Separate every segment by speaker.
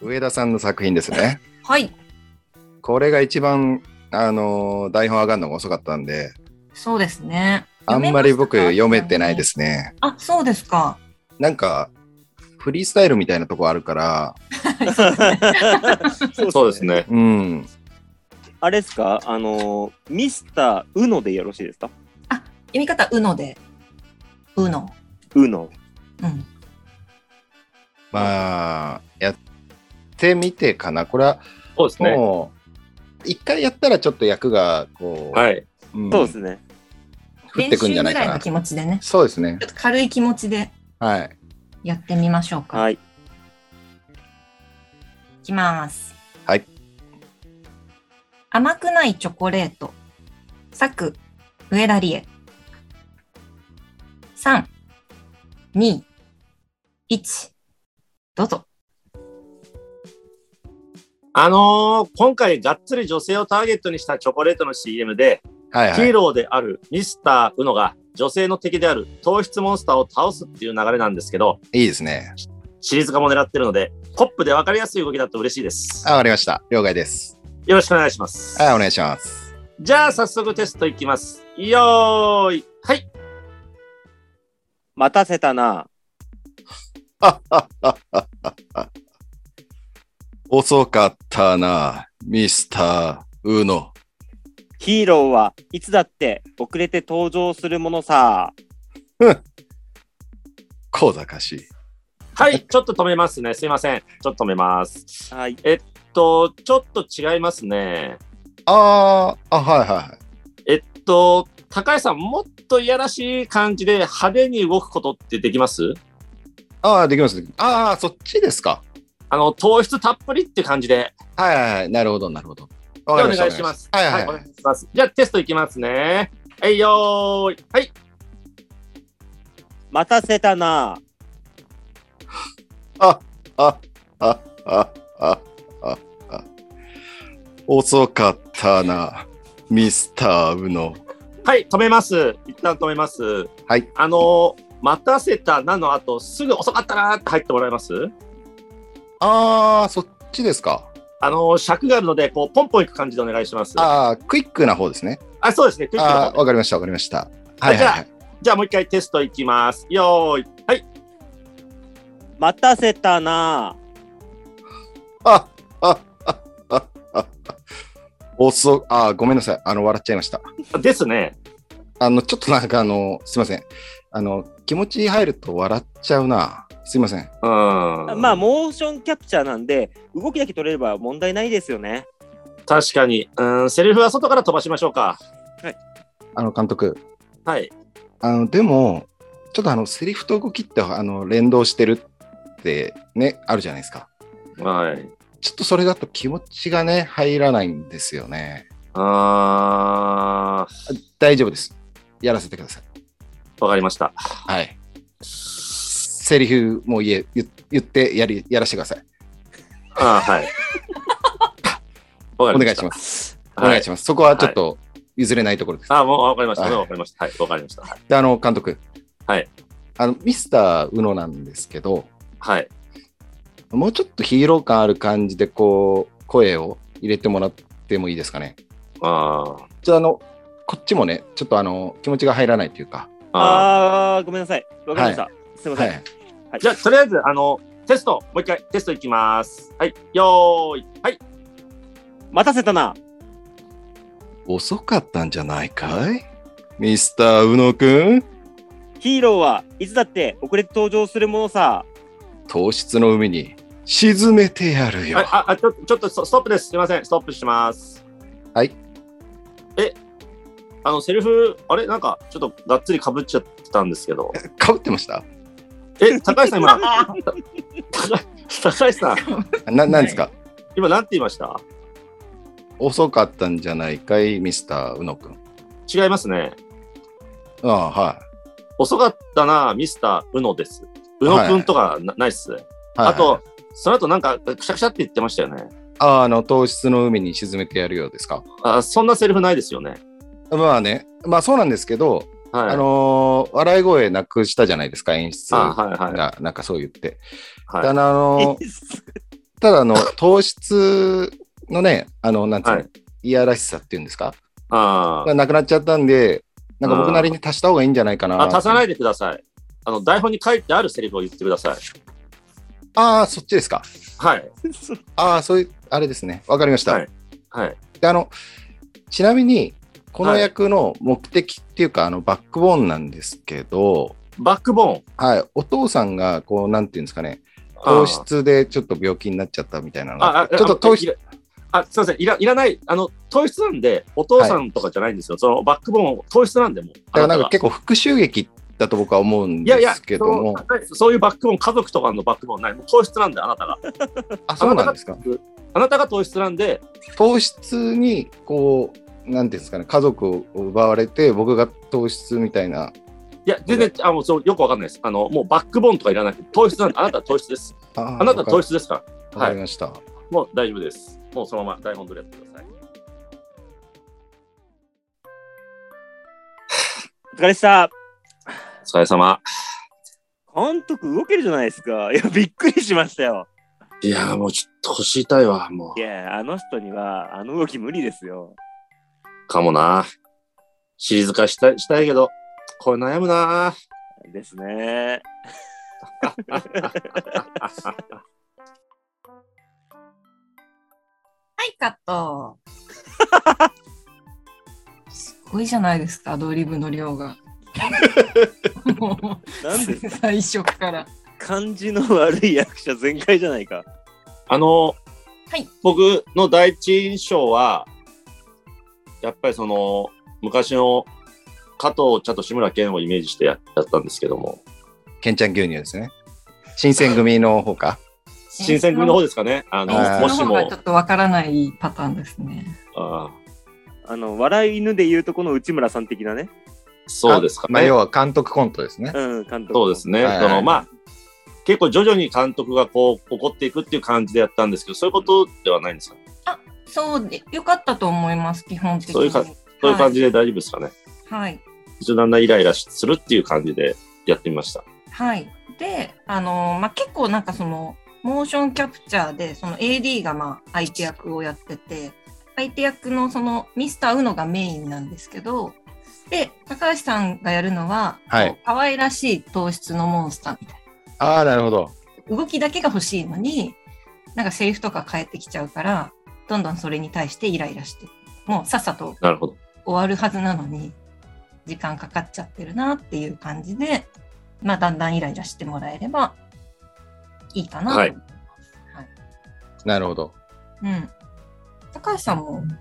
Speaker 1: 上田さんの作品ですね。
Speaker 2: はい。
Speaker 1: これが一番、あのー台本上がるのが遅かったんで、
Speaker 2: そうですね。。
Speaker 1: あんまり僕読めてないですすね。
Speaker 2: あ、そうですか。
Speaker 1: なんか、フリースタイルみたいなとこあるから、
Speaker 3: そうです。ね。
Speaker 1: うん。
Speaker 3: あれですかあの、ミスター・ウノでよろしいですか
Speaker 2: 読み方うので。うの。
Speaker 3: ウノ。
Speaker 2: うん。
Speaker 1: まあ、やってみてかな。これは、
Speaker 4: そうですね。
Speaker 1: もう、一回やったらちょっと役が、こう、
Speaker 4: はい。
Speaker 1: うん
Speaker 3: そうですね。
Speaker 1: 降ってくんじゃないか
Speaker 2: 練習ぐらい
Speaker 1: な
Speaker 2: の。気持ちでね。
Speaker 1: そうですね
Speaker 2: ちょ。っと軽い気持ちで
Speaker 1: はい。
Speaker 2: やってみましょうか。い。
Speaker 3: はい。
Speaker 2: きます。
Speaker 1: はい。
Speaker 2: 甘くないチョコレート。作、上田理恵。3、2、1、どうぞ。
Speaker 4: あのー今回がっつり女性をターゲットにしたチョコレートの CM で、
Speaker 1: はい
Speaker 4: ヒ
Speaker 1: は
Speaker 4: ー
Speaker 1: い。
Speaker 4: ローであるミスター・ウノが女性の敵である糖質モンスターを倒すっていう流れなんですけど、
Speaker 1: いいですね。
Speaker 4: シリーズ化も狙ってるので、ポップで分かりやすい動きだと嬉しいです。
Speaker 1: あ、わかりました。了解です。
Speaker 4: よろしくお願いします。
Speaker 1: はい、お願いします。
Speaker 4: じゃあ早速テストいきます。よーい。はい。
Speaker 3: 待たせたな。
Speaker 1: 遅かったな、ミスター・ウノ。
Speaker 3: ヒーローはいつだって遅れて登場するものさ。
Speaker 1: 小賢しい。
Speaker 4: はい。ちょっと止めますね。すいません。ちょっと止めます。
Speaker 3: はい。
Speaker 4: えっと、ちょっと違いますね。
Speaker 1: あー、あ、はいは
Speaker 4: えっと、高橋さん、もっといやらしい感じで派手に動くことってできます
Speaker 1: い。あー、できます。あー、そっちですか。
Speaker 4: あの、糖質たっぷりって感じで。
Speaker 1: はいはいはい。なるほど、なるほど。
Speaker 4: お
Speaker 1: わか
Speaker 4: 願
Speaker 1: り
Speaker 4: い
Speaker 1: また
Speaker 4: します。
Speaker 1: はいはい
Speaker 4: お
Speaker 1: は
Speaker 4: 願い
Speaker 1: い。
Speaker 4: します。じゃあ、テストいきますね。はい、よーい。はい。
Speaker 3: 待たせたな。
Speaker 1: あ、あ、あ、あ、あ、あ。 遅かったな、ミスター・ウノ。
Speaker 4: はい、止めます。一旦止めます。
Speaker 1: はい。
Speaker 4: あの、待たせたなの後、すぐ遅かったなって入ってもらえます
Speaker 1: あー、そっちですか。
Speaker 4: あの、尺があるので、こう、ポンポンいく感じでお願いします。あ、
Speaker 1: あー、クイックな方ですね。
Speaker 4: そうですね。クイックの
Speaker 1: あー、
Speaker 4: 方
Speaker 1: わかりました、わかりました。はいはい
Speaker 4: じゃあ
Speaker 1: はい。
Speaker 4: じゃあ、もう一回テストいきます。よーい。はい。
Speaker 3: 待たせたな。
Speaker 1: あ、あ、あ、あ、あ。 遅、あー、ごめんなさい。あの、笑っちゃいました。
Speaker 4: ですね。
Speaker 1: あの、ちょっとなんかあの、すいません。あの、気持ち入ると笑っちゃうな。すいません。
Speaker 4: うん。
Speaker 3: まあ、モーションキャプチャーなんで、動きだけ取れれば問題ないですよね。
Speaker 4: 確かに。うん、セリフは外から飛ばしましょうか。
Speaker 1: あの、監督。
Speaker 4: はい。
Speaker 1: あの、でも、ちょっとあの、セリフと動きって、あの、連動してるってね、あるじゃないですか。
Speaker 4: はい。
Speaker 1: ちょっとそれだと気持ちがね、入らないんですよね。
Speaker 4: あ
Speaker 1: 大丈夫です。やらせてください。
Speaker 4: ー、わかりました。
Speaker 1: はい。セリフも言え、言言ってやり、やらせてください。
Speaker 4: あ ーはい。
Speaker 1: お
Speaker 4: お
Speaker 1: 願いし
Speaker 4: ま
Speaker 1: ます。
Speaker 4: す
Speaker 1: お願いします。そこはちょっと譲れないところです。
Speaker 4: あー、もうわかりました。
Speaker 1: はい
Speaker 4: もうわかりました。はい、わかりました。はい
Speaker 1: で、あの、監督。
Speaker 4: はい。
Speaker 1: あの、ミスター・ウノなんですけど、
Speaker 4: はい。
Speaker 1: もうちょっとヒーロー感ある感じで、こう、声を入れてもらってもいいですかね。
Speaker 4: あー
Speaker 1: ちょっとあの、こっちもね、ちょっとあの、気持ちが入らないというか。
Speaker 4: あ
Speaker 3: あーごめんなさい。わかりました。すいませ
Speaker 1: は
Speaker 3: ん。
Speaker 1: い。
Speaker 4: ー。じゃあ、とりあえず、あの、テスト、もう一回テストいきます。はい。よーい。はい。
Speaker 3: 待たせたな。
Speaker 1: 遅かったんじゃないかいミスター・ウノくん、
Speaker 3: ヒーローはいつだって遅れて登場するものさ。
Speaker 1: 糖質の海に沈めてやるよ
Speaker 4: あ、。ああちょちょっとストストップです。すいません。ストップします。
Speaker 1: はい。
Speaker 4: え、あの、セリフ、あれなんか、ちょっとがっつりかぶっちゃってたんですけど。
Speaker 1: かぶってました
Speaker 4: え、高橋さん、今、高高橋さん、
Speaker 1: な、なんですか
Speaker 4: 今、なんて言いました
Speaker 1: 遅かったんじゃないかいミスター・ウノくん。
Speaker 4: 違いますね。
Speaker 1: ああ、はい。
Speaker 4: 遅かったな、ミスター、うのです。うのくんとかなないっす。
Speaker 1: はいはい
Speaker 4: あと、その後なんか、くしゃくしゃって言ってましたよね。
Speaker 1: ああの糖質の海に沈めてやるようですか
Speaker 4: あそんなセリフないですよね。
Speaker 1: まあねまあそうなんですけど、
Speaker 4: はい。
Speaker 1: あのー笑い声なくしたじゃないですか演出
Speaker 4: あ
Speaker 1: が
Speaker 4: はいはい
Speaker 1: なんかそう言って、
Speaker 4: はい。
Speaker 1: だからあのーただ、あの、糖質のね、あの、なんつうの、
Speaker 4: はい
Speaker 1: い、やらしさっていうんですか
Speaker 4: あ
Speaker 1: がなくなっちゃったんで、なんか僕なりに足した方がいいんじゃないかな。。
Speaker 4: あ足さないいでください。あの、台本に書いてあるセリフを言ってください。
Speaker 1: ああ、そっちですか。
Speaker 4: はい。
Speaker 1: ああ、そういう、あれですね。わかりました。
Speaker 4: はいはい。
Speaker 1: で、あの、ちなみに、この役の目的っていうか、あの、バックボーンなんですけど、
Speaker 4: バックボーン。
Speaker 1: はい、お父さんが、こう、なんていうんですかね、
Speaker 4: あー
Speaker 1: 糖質でちょっと病気になっちゃったみたいなのがあ
Speaker 4: あ
Speaker 1: っ、
Speaker 4: あ
Speaker 1: てちょっと糖質、。
Speaker 4: ああ、すいません。いらいらない。あの、糖質なんで、お父さんとかじゃないんですよ。そのバックボーン、糖質なんで、もう。
Speaker 1: だからなんか
Speaker 4: あなたが
Speaker 1: 結構復讐劇だと僕は思うん
Speaker 4: いやい
Speaker 1: で
Speaker 4: や
Speaker 1: すけども、
Speaker 4: そのそういうバックボーン、家族とかのバックボーンない。もう糖質なんで、あなたが。
Speaker 1: あ、そうなんですか。
Speaker 4: あなたが糖質なんで、
Speaker 1: 糖質に、こう、なんていうんですかね、家族を奪われて、僕が糖質みたいな、
Speaker 4: いや、全然、あのそうよくわかんないです。あの、もうバックボーンとかいらなくて、糖質なんで、あなたは糖質です。
Speaker 1: あー
Speaker 4: あなたは糖
Speaker 1: わ
Speaker 4: 質ですから。
Speaker 1: かわかりました。
Speaker 4: もう大丈夫です。もうそのまま台本通りやってください。
Speaker 3: お疲れっした。
Speaker 4: お疲れ様。
Speaker 3: 監督動けるじゃないですか。いや、びっくりしましたよ。
Speaker 4: いやー、もうちょっと腰痛いわ、も
Speaker 3: いや、あの人には、あの動き無理ですよ。
Speaker 4: う。かもな。シリーズ化したいしたいけど、これ悩む な。
Speaker 3: ですね。
Speaker 2: はい、カット。すごいじゃないですか、アドリブの量が。もう
Speaker 3: なん で
Speaker 2: 最初から。
Speaker 3: 感じの悪い役者全開じゃないか。
Speaker 4: あの、
Speaker 2: はい
Speaker 4: 僕の第一印象は、やっぱりその、昔の加藤茶と志村けんをイメージしてややったんですけども、
Speaker 1: ケンちゃん牛乳ですね。新選組の方か。
Speaker 4: 新選組の方ですかね。あの、
Speaker 1: あー
Speaker 4: もし
Speaker 2: その方が
Speaker 4: も
Speaker 2: ちょ、っとわからないパターンですね。
Speaker 4: あー
Speaker 3: あの、笑い犬で言うとこの内村さん的なね。
Speaker 4: そうですか
Speaker 1: まあ、
Speaker 4: ね
Speaker 1: 要。は監督コントですね。
Speaker 3: うん、監督。
Speaker 4: そうですね。
Speaker 1: はい
Speaker 4: そのまあ結構徐々に監督がこう怒っていくっていう感じでやったんですけど、そういうことではないんですか。
Speaker 2: そうで、よかったと思います、基本的に。
Speaker 4: そういうかそういう感じで大丈夫ですかね。
Speaker 2: はい。
Speaker 4: 一応だんだんイライラするっていう感じでやってみました。
Speaker 2: はい。で、あのーまあ、結構なんかその、モーションキャプチャーで、その AD がまあ、相手役をやってて、相手役のその、ミスター・ウノがメインなんですけど、で、高橋さんがやるのは、
Speaker 1: はい
Speaker 2: こう可愛らしい糖質のモンスターみたい
Speaker 1: ああ、なるほど。
Speaker 2: な。動きだけが欲しいのに、なんかセリフとか変えてきちゃうから、どんどんそれに対してイライラして、もうさっさと
Speaker 4: なるほど。
Speaker 2: 終わるはずなのに時間かかっちゃってるなっていう感じで、まあ、だんだんイライラしてもらえればいいかなと
Speaker 4: はい
Speaker 1: なるほど。
Speaker 2: うん、高橋さんもま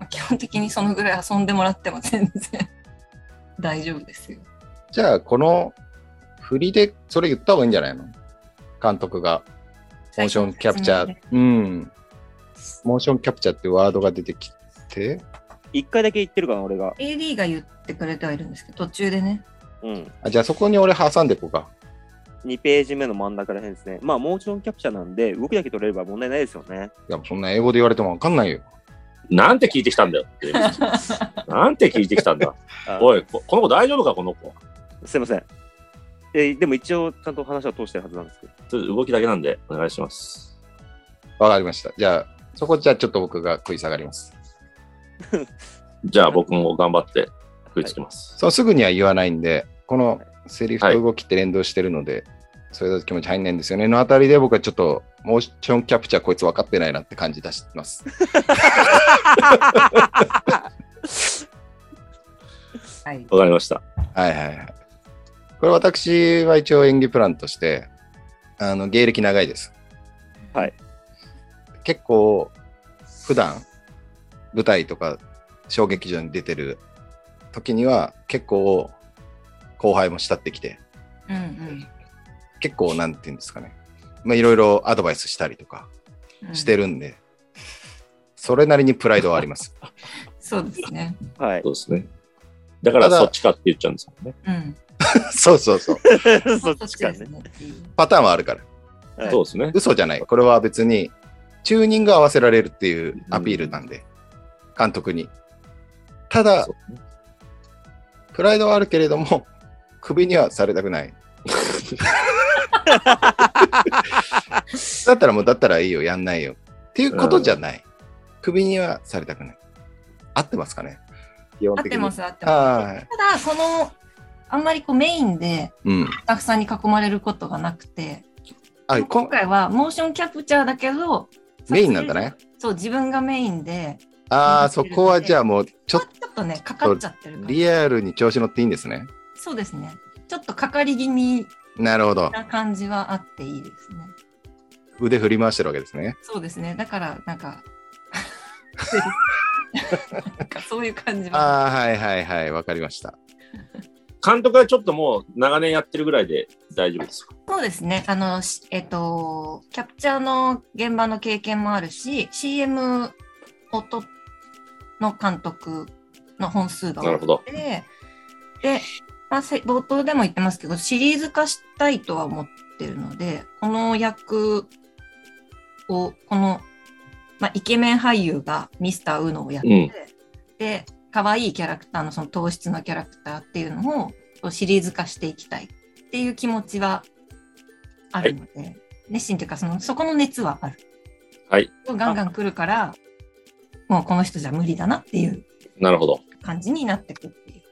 Speaker 2: あ基本的にそのぐらい遊んでもらっても全然 大丈夫ですよ。
Speaker 1: じゃあ、この振りでそれ言った方がいいんじゃないの監督が。モーションキャプチャー。うん。モーションキャプチャーってワードが出てきて、
Speaker 3: 一回だけ言ってるかな、俺が。
Speaker 2: AD が言ってくれてはいるんですけど途中でね
Speaker 3: うん。
Speaker 1: あじゃあそこに俺挟んでいこうか。
Speaker 3: 2ページ目の真ん中らへんですね。まあ、モーションキャプチャーなんで、動きだけ取れれば問題ないですよね。
Speaker 1: いや、そんな英語で言われてもわかんないよ。
Speaker 4: なんて聞いてきたんだ よって。なんて聞いてきたんだ。
Speaker 3: あ
Speaker 4: おい、ここの子大丈夫か、この子。
Speaker 3: すいません。えーでも一応、ちゃんと話は通してるはずなんですけど。
Speaker 4: ちょっと動きだけなんで、お願いします。
Speaker 1: わかりました。じゃあ、そこじゃあちょっと僕が食い下がります。
Speaker 4: じゃあ僕も頑張って食いつきます。
Speaker 1: そうすぐには言わないんで、このセリフと動きって連動してるので、それだと気持ち入んないんですよね。のあたりで僕はちょっと、モーションキャプチャーこいつ分かってないなって感じ出してます。
Speaker 2: はい、
Speaker 4: わかりました。
Speaker 1: はいはいはい。これ私は一応演技プランとして、あの、芸歴長いです。
Speaker 3: はい。
Speaker 1: 結構、普段、舞台とか、小劇場に出てる時には、結構、後輩も慕ってきて、
Speaker 2: うんうん
Speaker 1: 結構、なんていうんですかね。まあ、いろいろアドバイスしたりとか
Speaker 2: うん、
Speaker 1: してるんで、それなりにプライドはあります。
Speaker 2: そうですね、
Speaker 3: はい
Speaker 4: そ。うですね。だから
Speaker 1: ただ
Speaker 4: そっちかって言っちゃうんですもんね。
Speaker 2: うん、
Speaker 1: そうそうそう。
Speaker 3: そっちか
Speaker 2: そ
Speaker 3: ね
Speaker 2: っ。ですね
Speaker 1: パターンはあるから。
Speaker 3: はい
Speaker 4: そうですね。
Speaker 1: 嘘じゃない。これは別に、チューニング合わせられるっていうアピールなんで、監督に。ただ
Speaker 4: そ、う
Speaker 1: プライドはあるけれども、首にはされたくない。だったらもう、だったらいいよ、やんないよ。っていうことじゃない。クビにはされたくない。合ってますかね基本
Speaker 2: 合っ
Speaker 1: 的
Speaker 2: て
Speaker 1: に。
Speaker 2: ます、合ってま
Speaker 1: は
Speaker 2: す。ただ、この、あんまりこうメインで
Speaker 1: い。うん。
Speaker 2: スタッフさんに囲まれることがなくて、
Speaker 1: あ、こ
Speaker 2: 今
Speaker 1: ん
Speaker 2: 回はモーションキャプチャーだけど、
Speaker 1: メインなんだね。
Speaker 2: そう、自分がメインで、
Speaker 1: ああ、そこはじゃあもう、ち
Speaker 2: ち
Speaker 1: ょっ
Speaker 2: ょちょっとね、かかっちゃってる
Speaker 1: と
Speaker 2: 感じ
Speaker 1: リアルに調子乗っていいんですね。
Speaker 2: そうですね。ちょっとかかり気味
Speaker 1: なるほど。
Speaker 2: な感じはあっていいですね。
Speaker 1: 腕振り回してるわけですね。
Speaker 2: そうですね。だから、なんか、 なんかそういう感 じは。
Speaker 1: ああ、はいはいはい、わかりました。
Speaker 4: 監督はちょっともう長年やってるぐらいで大丈夫ですか
Speaker 2: そうですね。あの、しえっと、キャプチャーの現場の経験もあるし、CM をとの監督の本数が
Speaker 4: な
Speaker 2: 多
Speaker 4: る
Speaker 2: く
Speaker 4: ほど。
Speaker 2: て、で、まあ、せ冒頭でも言ってますけど、シリーズ化したいとは思ってるので、この役を、この、まあ、イケメン俳優がミスター・ウーノをやって、
Speaker 4: うん
Speaker 2: で、可愛いキャラクターのその糖質のキャラクターっていうのをこうシリーズ化していきたいっていう気持ちはあるので、熱心というかその、そこの熱はある。
Speaker 4: はい。
Speaker 2: ガンガン来るから、もうこの人じゃ無理だなっていう
Speaker 4: なるほど。
Speaker 2: 感じになってくっていう。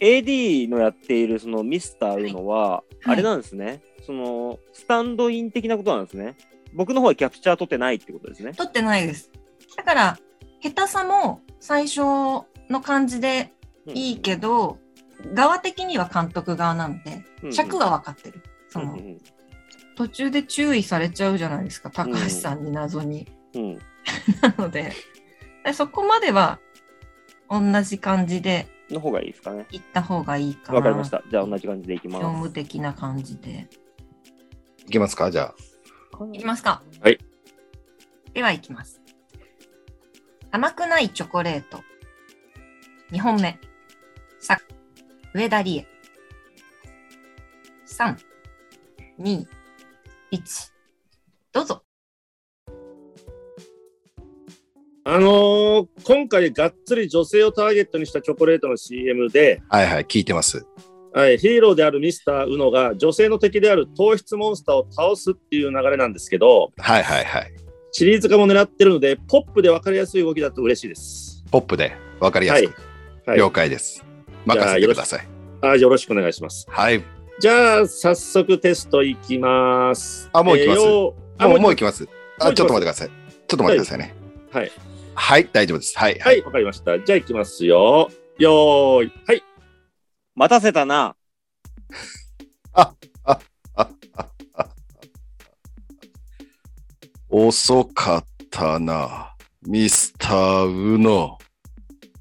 Speaker 3: AD のやっているそのミスターいうのは、あれなんですね、そのスタンドイン的なことなんですね。僕の方はキャプチャー取ってないってことですね。
Speaker 2: 取ってないです。だから、下手さも最初の感じでいいけど、側的には監督側なんで、
Speaker 3: うん
Speaker 2: 尺は分かってる。そ
Speaker 3: うん
Speaker 2: の、途中で注意されちゃうじゃないですか、高橋さんに謎に。
Speaker 3: うんうん
Speaker 2: なので、そこまでは同じ感じで
Speaker 3: の方がいいですかね。
Speaker 2: 行った方がいいかな。
Speaker 3: わかりました。じゃあ同じ感じでいき
Speaker 2: 業
Speaker 3: ます。
Speaker 2: 務的な感じで。
Speaker 1: いけますかじゃあ。
Speaker 2: いきますか。
Speaker 4: はい。
Speaker 2: では、いきます。甘くないチョコレート。2本目。さ、上田理恵。3、2、1。どうぞ。
Speaker 4: あのー今回がっつり女性をターゲットにしたチョコレートの CM で、
Speaker 1: はいはい、聞いてます。
Speaker 4: はい、ヒーローであるミスター・ウノが女性の敵である糖質モンスターを倒すっていう流れなんですけど、
Speaker 1: はいはいはい。
Speaker 4: シリーズ化も狙ってるので、ポップで分かりやすい動きだと嬉しいです。
Speaker 1: ポップでわかりやすく。
Speaker 4: はい。
Speaker 1: 了解です。任せてください。
Speaker 4: あーよろしくお願いします。
Speaker 1: はい。
Speaker 4: じゃあ、早速テストいきます。
Speaker 1: あもういきます
Speaker 4: えーようあ
Speaker 1: もう、
Speaker 4: も
Speaker 1: も
Speaker 4: う
Speaker 1: う
Speaker 4: い
Speaker 1: い
Speaker 4: き
Speaker 1: きます。あ、ちょっと待ってください。ちょっと待ってくださいね。
Speaker 4: はい。
Speaker 1: はい、大丈夫です。はい。
Speaker 4: ます。はい、わかりました。じゃあ、いきますよ。よーい。はい。
Speaker 3: 待たせたな。
Speaker 1: 遅かったな。ミスター・ウノ。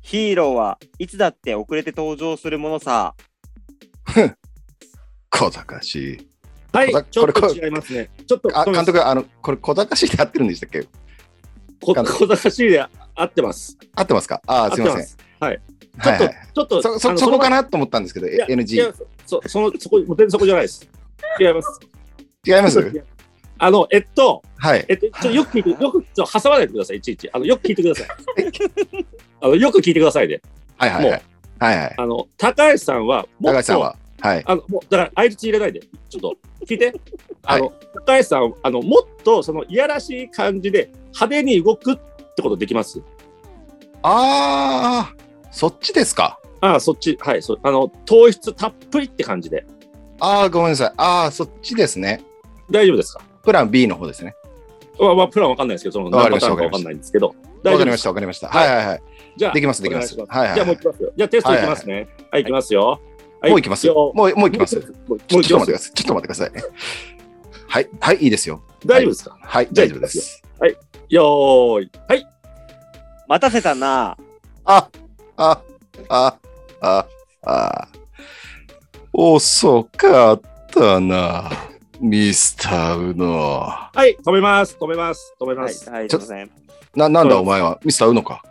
Speaker 3: ヒーローはいつだって遅れて登場するものさ。
Speaker 1: 小高しい。こ
Speaker 4: は
Speaker 1: れ
Speaker 4: い、ちょっ
Speaker 1: これ
Speaker 4: と違いますね。ちょっと、
Speaker 1: あ、
Speaker 4: ごめ
Speaker 1: 監
Speaker 4: んなさい
Speaker 1: 督、あの、これ小高しいで合ってるんでしたっけ
Speaker 4: こ
Speaker 1: 監督
Speaker 4: 小賢しいで合ってます。
Speaker 1: 合ってますかあー、
Speaker 4: 合っ
Speaker 1: す
Speaker 4: て
Speaker 1: いません。
Speaker 4: す。はい。ちょ
Speaker 1: は
Speaker 4: っ
Speaker 1: い
Speaker 4: と、
Speaker 1: はい。
Speaker 4: ちょっと、
Speaker 1: そ、
Speaker 4: あ
Speaker 1: そ、
Speaker 4: の
Speaker 1: そこか
Speaker 4: の
Speaker 1: なと思ったんですけど、
Speaker 4: いや
Speaker 1: NG。
Speaker 4: いやそ、その、そこ、もう全然そこじゃないです。違います。
Speaker 1: 違います
Speaker 4: あの、えっと、
Speaker 1: はい。
Speaker 4: えっと、ちょよく聞 いて、よく、ちょ挟まないでください、いちいち。あの、よく聞いてください。あの、よく聞いてくださいね。
Speaker 1: はいはいはい。はいはい。
Speaker 4: あの、高橋さんは、も
Speaker 1: 高
Speaker 4: っと
Speaker 1: 橋さんは。はい。
Speaker 4: あの、もう、だから、相槌入れないで、ちょっと、聞いて。
Speaker 1: は
Speaker 4: あ
Speaker 1: い
Speaker 4: の、高橋さん、あの、もっと、その、いやらしい感じで、派手に動くってことできます
Speaker 1: ああ、そっちですか。
Speaker 4: ああ、そっち、はい、そう、あの、糖質たっぷりって感じで、
Speaker 1: ああ、ごめんなさい。ああ、そっちですね。
Speaker 4: 大丈夫ですか
Speaker 1: プラン B の方ですね。
Speaker 4: まあ、まあ、プランわかんないですけど、その、
Speaker 1: わかり
Speaker 4: 何
Speaker 1: ま
Speaker 4: パ
Speaker 1: した
Speaker 4: ターンかわかんないんですけど、
Speaker 1: わ
Speaker 4: 大
Speaker 1: かり
Speaker 4: 丈
Speaker 1: ま
Speaker 4: 夫
Speaker 1: し
Speaker 4: です
Speaker 1: た、わかりました。はいはいはい。
Speaker 4: じゃあ、
Speaker 1: できます、できま
Speaker 4: お
Speaker 1: す。
Speaker 4: 願いし
Speaker 1: はいはい
Speaker 4: じゃあ、もう
Speaker 1: は
Speaker 4: 行きますよ。じゃあ、テストいきますね。はい、行きますよ。
Speaker 1: い。もう行きます。
Speaker 4: よ
Speaker 1: もう、もう行きます。ちょ
Speaker 4: もう
Speaker 1: ちょっと
Speaker 4: 行
Speaker 1: 待ってくだ
Speaker 4: きます
Speaker 1: さい。ちょっと待ってください。はい、はい、いいですよ。
Speaker 4: 大丈夫ですか
Speaker 1: はい、
Speaker 4: じゃあ
Speaker 1: 大丈夫です。
Speaker 4: よーい。はい。
Speaker 3: 待たせたな。
Speaker 1: あ、あ、あ、あ、あ。遅かったな、ミスター・ウノ。
Speaker 4: はい。止めます。止めます。止め
Speaker 3: は
Speaker 4: ま
Speaker 3: い、
Speaker 4: す。
Speaker 3: はい、
Speaker 1: ち
Speaker 3: す
Speaker 1: ょ
Speaker 3: いません。
Speaker 1: な、なんだお前は、ミスター・ウノか。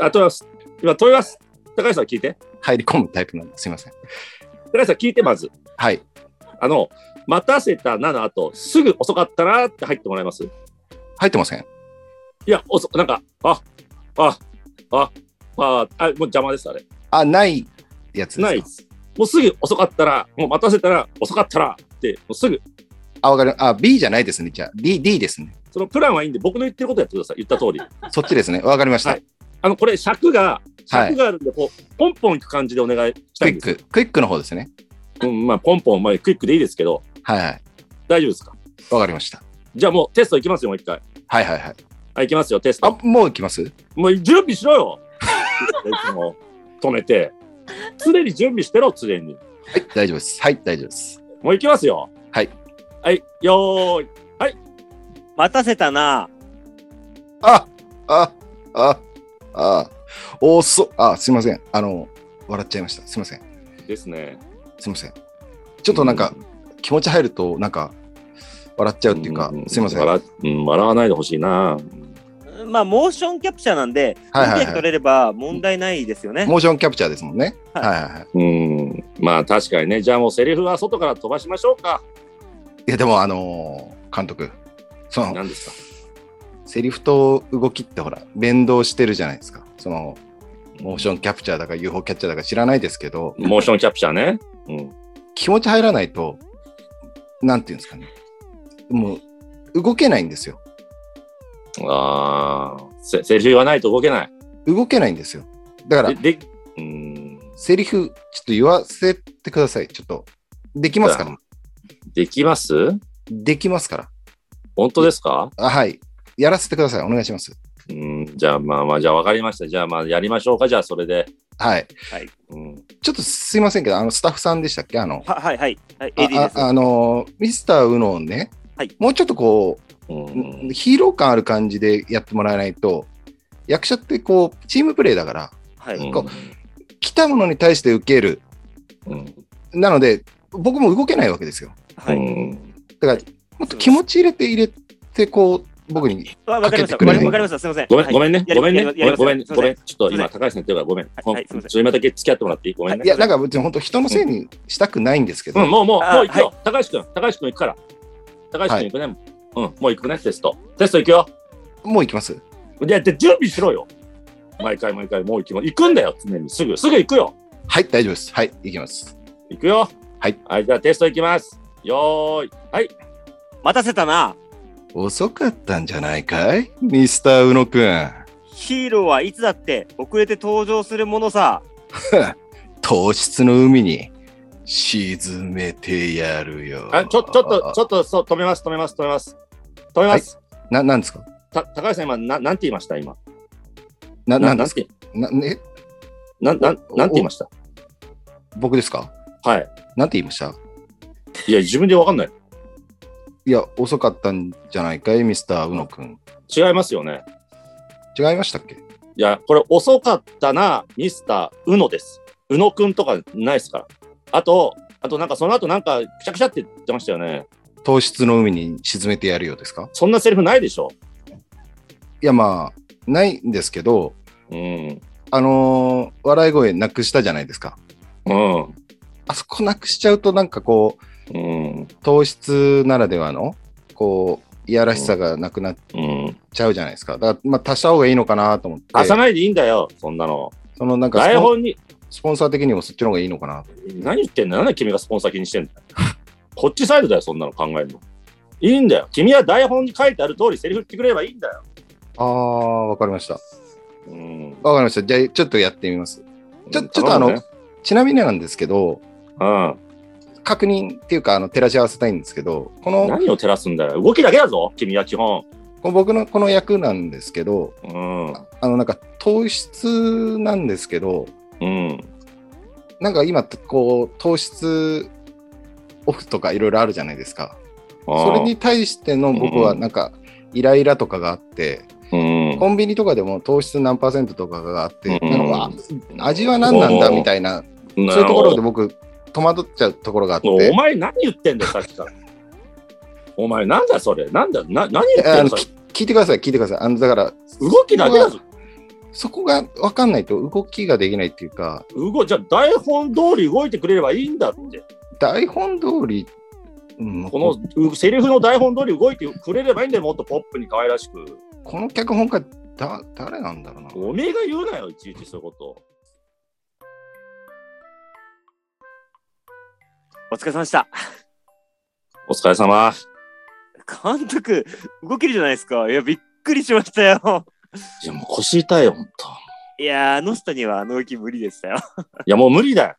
Speaker 4: あ、止めます。今、止めます。高橋さん聞いて。
Speaker 1: 入り込むタイプなんです。すいません。
Speaker 4: 高橋さん聞いて、まず。
Speaker 1: はい。
Speaker 4: あの、待たせたなの後、すぐ遅かったなって入ってもらえますい
Speaker 1: 入ってません。
Speaker 4: や、遅、なんか、あ、あ、あ、あ、あ、もう邪魔です、あれ。
Speaker 1: あ、ないやつですか
Speaker 4: ないです。もうすぐ遅かったら、もう待たせたら、遅かったら、って、もうすぐ、
Speaker 1: あ、わかる。あ、B じゃないですね。じゃあ、D、D ですね。
Speaker 4: そのプランはいいんで、僕の言ってることやってください。言った 通り。
Speaker 1: そっちですね。わかりました。
Speaker 4: はいあの、これ尺が、
Speaker 1: はい
Speaker 4: 尺があるんで、こう、ポンポンいく感じでお願いした
Speaker 1: ク
Speaker 4: い
Speaker 1: イ
Speaker 4: ん
Speaker 1: ッ
Speaker 4: ですよ
Speaker 1: ク。クイックの方ですね。
Speaker 4: うん、まあ、ポンポン、まあ、クイックでいいですけど、
Speaker 1: はいはい。
Speaker 4: 大丈夫ですか
Speaker 1: わかりました。
Speaker 4: じゃあもうテストいきますよ、もう一回。
Speaker 1: はいはいはい。
Speaker 4: はい、いきますよ、テス
Speaker 1: あ
Speaker 4: ト。、
Speaker 1: もう行きます
Speaker 4: もう準備しろよいつも止めて。常に準備してろ、常に。
Speaker 1: はい、大丈夫です。はい、大丈夫です。
Speaker 4: もういきますよ。
Speaker 1: はい。
Speaker 4: はい、よーい。
Speaker 3: 待たせたな。
Speaker 1: あ、あ、あ、あ、おそ、あ、すいません。あの、笑っちゃいました。すいません。
Speaker 4: ですね。
Speaker 1: すいません。ちょっとなんか、気持ち入ると、なんか、笑っちゃうっていうか、すいません。はい
Speaker 4: 笑,、うん、笑わないでほしいな。
Speaker 3: まあ、モーションキャプチャーなんで、
Speaker 1: はいはいはい
Speaker 3: 見て取れれば問題ないですよね。
Speaker 1: モーションキャプチャーですもんね。は
Speaker 3: はいい
Speaker 1: はいはい。
Speaker 4: うん。まあ確かにね、じゃあもうセリフは外から飛ばしましょうか。
Speaker 1: いや、でも、あのー監督、その、
Speaker 4: 何ですか
Speaker 1: セリフと動きってほら、連動してるじゃないですか。その、モーションキャプチャーだか UFO キャッチャーだか知らないですけど、
Speaker 4: モーションキャプチャーね。うん。
Speaker 1: 気持ち入らないと、なんていうんですかね。もう、動けないんですよ。
Speaker 4: ああ、せセリフ言わないと動けない。
Speaker 1: 動けないんですよ。だから、
Speaker 4: で、でうん、
Speaker 1: セリフ、ちょっと言わせてください。ちょっと、できますから。
Speaker 4: できます
Speaker 1: できますから。
Speaker 4: 本当ですか
Speaker 1: あはい。やらせてください。お願いします。
Speaker 4: うん、じゃあまあまあ、じゃあ分かりました。じゃあまあやりましょうか、じゃあそれで。
Speaker 1: はい。
Speaker 4: うん、
Speaker 1: ちょっとすいませんけど、あの、スタッフさんでしたっけあの、
Speaker 3: ははいはい。はい、
Speaker 1: あ
Speaker 3: AD です。
Speaker 1: ああのー、ミスターウノをね、
Speaker 3: はい
Speaker 1: もうちょっとこ
Speaker 4: う
Speaker 1: う、
Speaker 4: ん、
Speaker 1: ヒーロー感ある感じでやってもらえないと、役者ってこう、チームプレーだから、
Speaker 3: はい。
Speaker 4: うん
Speaker 1: こ来たものに対して受ける。
Speaker 4: うん
Speaker 1: なので、僕も動けないわけですよ。
Speaker 3: はい。
Speaker 4: うん
Speaker 1: もっと気持ち入れて入れて、こう、僕に。
Speaker 3: わわかりまし
Speaker 1: かけてく
Speaker 3: た。わ
Speaker 1: れ
Speaker 3: かりわかりました。すみません。
Speaker 4: ごめん、
Speaker 3: はい
Speaker 4: ごめんね、
Speaker 3: やり
Speaker 4: ごめんね、
Speaker 3: や
Speaker 4: ご
Speaker 3: りや
Speaker 4: めん、
Speaker 3: り
Speaker 4: ごめん、
Speaker 3: すいませ
Speaker 4: ごめん、ちょっと
Speaker 3: すいま
Speaker 4: 今、高橋さ
Speaker 3: せ
Speaker 4: ん言ってるから、ごめん、ほん
Speaker 3: はいすいません
Speaker 4: ちょっと今だけ付き合ってもらっていいごめんね。
Speaker 1: いや、なんか別に本当人のせいにしたくないんですけど、
Speaker 4: うん、もう、もう、
Speaker 3: あ
Speaker 4: もう行くよ、高橋君、高橋君行くから。高橋君行くね、うん、もう行くね、テスト。テスト行くよ。
Speaker 1: もう行きます。
Speaker 4: いや、で、準備しろよ。毎回毎回、もう行きます。行くんだよ、常に。すぐ、すぐ行くよ。
Speaker 1: はい、大丈夫です。はい、行きます。
Speaker 4: 行くよ。
Speaker 1: はい。
Speaker 4: はい、じゃあテスト行きます。よーい。はい。
Speaker 3: 待たせたな。
Speaker 1: 遅かったんじゃないかいミスター宇野くん。
Speaker 3: ヒーローはいつだって遅れて登場するものさ。
Speaker 1: 糖質の海に沈めてやるよ。
Speaker 4: あ、ちょ、ちょっと、ちょっと、そう、止めます、止めます、止めます。止めます。
Speaker 1: な、なんですか
Speaker 4: た高橋さん、今、ななんて言いました今。
Speaker 1: な、なんで
Speaker 4: なん
Speaker 1: す
Speaker 4: て
Speaker 1: かな、ね、
Speaker 4: なんなん
Speaker 1: お
Speaker 4: なんて言いました
Speaker 1: 僕ですか
Speaker 4: はい。
Speaker 1: なんて言いました
Speaker 4: いや、自分でわかんない。
Speaker 1: いや、遅かったんじゃないかいミスター宇野くん。
Speaker 4: 違いますよね。
Speaker 1: 違いましたっけ
Speaker 4: いや、これ、遅かったな、ミスター、うのです。うのくんとかないですから。あと、あと、なんか、その後、なんか、くしゃくしゃって言ってましたよね。
Speaker 1: 糖質の海に沈めてやるよですか
Speaker 4: そんなセリフないでしょ。
Speaker 1: いや、まあ、ないんですけど、
Speaker 4: うん。
Speaker 1: あのー笑い声なくしたじゃないですか。
Speaker 4: うん。
Speaker 1: あそこなくしちゃうと、なんかこう、
Speaker 4: うん。
Speaker 1: 糖質ならではの、こう、いやらしさがなくなっ
Speaker 4: うん。
Speaker 1: ちゃうじゃないですか。だから、まあ、足した方がいいのかなと思って。
Speaker 4: 貸さないでいいんだよ、そんなの。
Speaker 1: そのなんかス
Speaker 4: 台
Speaker 1: ポン、
Speaker 4: 本に、
Speaker 1: スポンサー的にもそっちの方がいいのかなと。
Speaker 4: 何言ってんのなんで君がスポンサー気 にしてんだよこっちサイドだよ、そんなの考えるの。いいんだよ。君は台本に書いてある通り、セリフ言ってくれればいいんだよ。
Speaker 1: ああ、わかりました。
Speaker 4: うん。
Speaker 1: わかりました。じゃあ、ちょっとやってみます。ちょちょっとあの
Speaker 4: 頼
Speaker 1: ちなみになんですけど、
Speaker 4: むね
Speaker 1: 確認っていうか、あの、照らし合わせたいんですけど、こ
Speaker 4: うん。
Speaker 1: の、
Speaker 4: 何を照らすんだよ。動きだけだぞ、君は基本。
Speaker 1: この僕のこの役なんですけど、
Speaker 4: うん。
Speaker 1: あの、なんか、糖質なんですけど、
Speaker 4: うん。
Speaker 1: なんか今、こう、糖質オフとかいろいろあるじゃないですか。それに対しての僕は、
Speaker 4: うんうん
Speaker 1: なんか、イライラとかがあって、
Speaker 4: うん、
Speaker 1: コンビニとかでも糖質何パーセントとかがあって、
Speaker 4: うん
Speaker 1: なんかわ味は何なんだみたいな、
Speaker 4: い
Speaker 1: そういうところで僕、戸惑っちゃうところがあって、
Speaker 4: お前何言ってんだよ、さっきから。お前なんだそれ。なんだ、な何言っ
Speaker 1: いや
Speaker 4: て
Speaker 1: あ
Speaker 4: ん
Speaker 1: の
Speaker 4: だ
Speaker 1: き聞いてください、聞いてください。あのだから、
Speaker 4: 動きだけだぞ。
Speaker 1: そこが分かんないと動きができないっていうか、
Speaker 4: 動じゃあ台本通り動いてくれればいいんだって。
Speaker 1: 台本通り、うん
Speaker 4: このうセリフの台本通り動いてくれればいいんだよ、もっとポップに可愛らしく。
Speaker 1: この脚本家だ、誰なんだろうな。
Speaker 4: おめえが言うなよ、いちいちそういうこと。
Speaker 3: お疲れ様でした。
Speaker 4: お疲れ様。
Speaker 3: 監督、動けるじゃないですか。いや、びっくりしましたよ。
Speaker 4: いや、もう腰痛いよ、ほんと。
Speaker 3: いやー、あの人にはあの動き無理でしたよ。
Speaker 4: いや、もう無理だよ。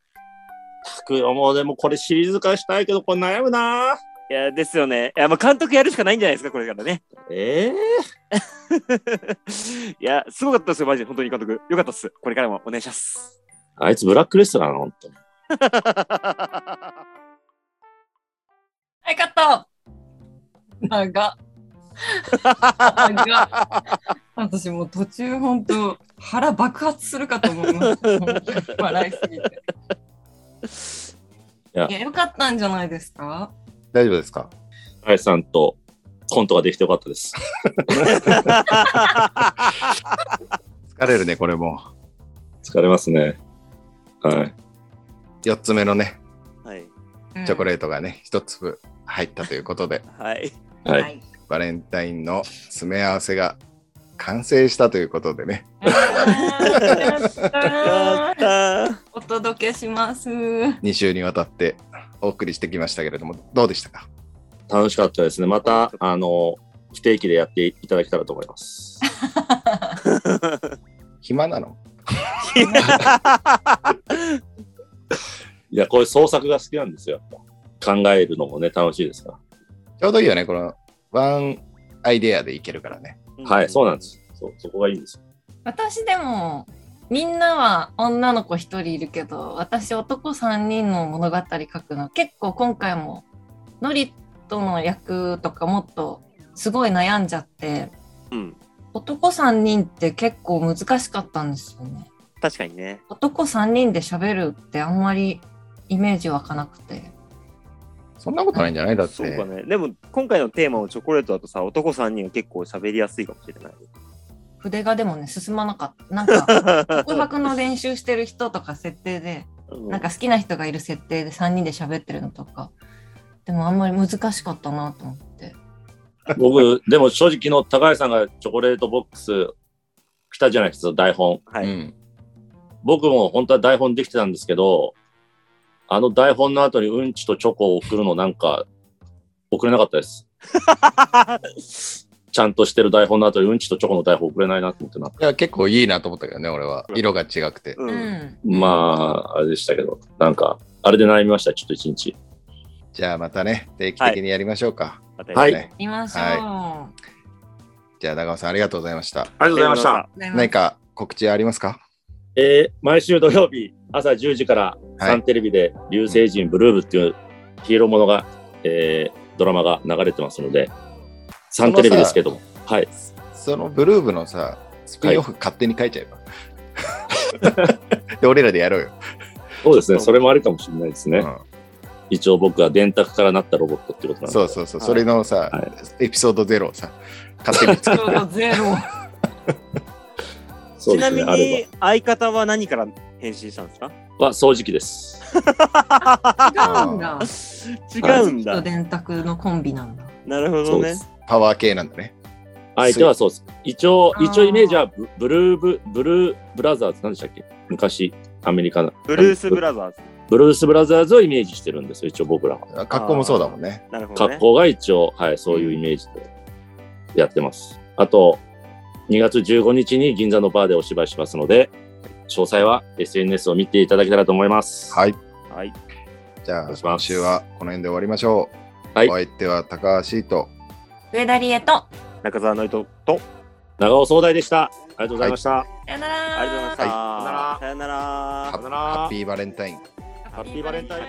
Speaker 4: たくよ、もうでもこれシリーズ化したいけど、これ悩むなぁ
Speaker 3: いや、ですよね。いや、まあ、監督やるしかないんじゃないですか、これからね。
Speaker 4: ええ
Speaker 3: いや、すごかったですよ、マジで。本当に監督。よかったっす。これからもお願い します。
Speaker 4: あいつブラックレスラーなのほんと。
Speaker 2: はい、カット長っ。長っ私もう途中本当腹爆発するかと思います。笑いすぎて。
Speaker 4: いや
Speaker 2: いや、よかったんじゃないですか
Speaker 1: 大丈夫ですか
Speaker 4: あいさんとコントができてよかったです。
Speaker 1: 疲れるね、これも。
Speaker 4: 疲れますね。はい。
Speaker 1: 4つ目のね、
Speaker 3: はい。
Speaker 1: チョコ
Speaker 2: レ
Speaker 1: レートがね、1粒入ったということで、
Speaker 3: はい。
Speaker 4: は。
Speaker 2: はいい。
Speaker 1: バレンタインの詰め合わせが完成したということでね。
Speaker 2: やった
Speaker 3: やっ
Speaker 2: ー
Speaker 3: たー。。
Speaker 2: お届けします。
Speaker 1: 2週にわたってお送りしてきましたけれども、どうでしたか
Speaker 4: 楽しかったですね。また、あの、不定期でやっていただけたらと思い ます。
Speaker 1: 暇なの
Speaker 4: いや、これ創作が好きなんですよ。やっぱ考えるのもね、楽しいですか
Speaker 1: ちょうどいいよね、このワンアイデアでいけるからね。
Speaker 4: ら。はい、そうなんですす。そうそこがいいんですよ。
Speaker 5: 私でもみんなは女の子一人いるけど私男3人の物語書くの結構今回もノリとの役とかもっとすごい悩んじゃって
Speaker 3: うん。
Speaker 5: 男3人って結構難しかったんですよね。
Speaker 3: 確かにね。
Speaker 5: 男3人で喋るってあんまりイメージ湧かなくて。
Speaker 1: そんなことないんじゃないだっ
Speaker 3: そう
Speaker 1: て
Speaker 3: か、ね。でも、今回のテーマのチョコレートだとさ、男3人は結構喋りやすいかもしれない。
Speaker 5: 筆がでもね進まなかったなんか告白の練習してる人とか設定でなんか好きな人がいる設定で3人で喋ってるのとかでもあんまり難しかったなと思って
Speaker 4: 僕、でも正直の高橋さんがチョコレートボックス来たじゃないですか、台本。
Speaker 3: は
Speaker 1: う
Speaker 3: い。
Speaker 1: ん。
Speaker 4: 僕も本当は台本できてたんですけど、あの台本の後にうんちとチョコを送るのなんか、送れなかったです。 ちゃんとしてる台本の後にうんちとチョコの台本送れないなと思ってな。
Speaker 1: いや、結構いいなと思ったけどね、俺は。色が違くて。
Speaker 3: う。
Speaker 5: うん
Speaker 4: まあ、あれでしたけど、なんか、あれで悩みました、ちょっと一日。
Speaker 1: じゃあまたね、定期的にやりましょうか。
Speaker 3: また
Speaker 4: はい
Speaker 1: ね
Speaker 5: 見ましょう、
Speaker 1: じゃあ長尾さんありがとうございました。
Speaker 4: ありがとうございま
Speaker 3: ありがとうございま
Speaker 4: し
Speaker 3: したた。
Speaker 1: 何か告知ありますか
Speaker 4: えー毎週土曜日朝10時から
Speaker 1: はい
Speaker 4: サンテレビで「流星人ブルーブ」っていうヒーローものが、えードラマが流れてますのでサンテレビですけどもはい
Speaker 1: そのブルーブのさ、スピンオフ勝手に書いちゃえば。 で、俺らでやろうよ。
Speaker 4: そうですねそれもありかもしれないですね、
Speaker 1: う
Speaker 4: 一応僕は電卓からなったロボットってことなん
Speaker 1: ん、
Speaker 4: で
Speaker 1: そうそうそう、
Speaker 3: はい
Speaker 1: それのさ、
Speaker 4: は
Speaker 1: エピソードゼロをさ、勝手に作 って。
Speaker 5: ゼロ
Speaker 4: そう
Speaker 3: ち
Speaker 4: で
Speaker 3: な
Speaker 4: すね
Speaker 3: み
Speaker 4: あれ
Speaker 3: に、相方は何から返信したんですか
Speaker 4: ばは掃除機です
Speaker 2: 違うんだ。
Speaker 3: 違うんだ。
Speaker 5: 電卓のコンビなんだ
Speaker 3: なるほ
Speaker 4: そ
Speaker 3: ど
Speaker 4: うで
Speaker 3: ね。
Speaker 4: す
Speaker 1: パワー系なんだね。
Speaker 4: 相手はそうです一応
Speaker 5: あー
Speaker 4: 一応イメージはブブルーブブルーブラザーズ何でしたっけ昔アメリカの
Speaker 3: ブルース・ブラザーズ。
Speaker 4: ブルースブラザーズをイメージしてるんですよ一応僕らは
Speaker 1: 格好もそうだもんね。
Speaker 3: なるほどね
Speaker 4: 格。好が一応、はい、そういうイメージでやってます。あと、2月15日に銀座のバーでお芝居しますので、詳細は SNS を見ていただけたらと思います。
Speaker 1: はい。
Speaker 3: はい。
Speaker 1: じゃ
Speaker 4: お
Speaker 1: あ、
Speaker 4: 願いしま
Speaker 1: 今
Speaker 4: す
Speaker 1: 週はこの辺で終わりましょう。
Speaker 4: はい
Speaker 1: お相手は高橋と。
Speaker 5: 上田理恵と
Speaker 3: 中澤のりと、と、
Speaker 4: 長尾総大でした。ありがとうございました。
Speaker 5: さよな
Speaker 3: ありがとうございました。
Speaker 1: は
Speaker 3: さよなら。
Speaker 1: ハッハッピーバレンタイン。
Speaker 3: ハッピーバレンタイン。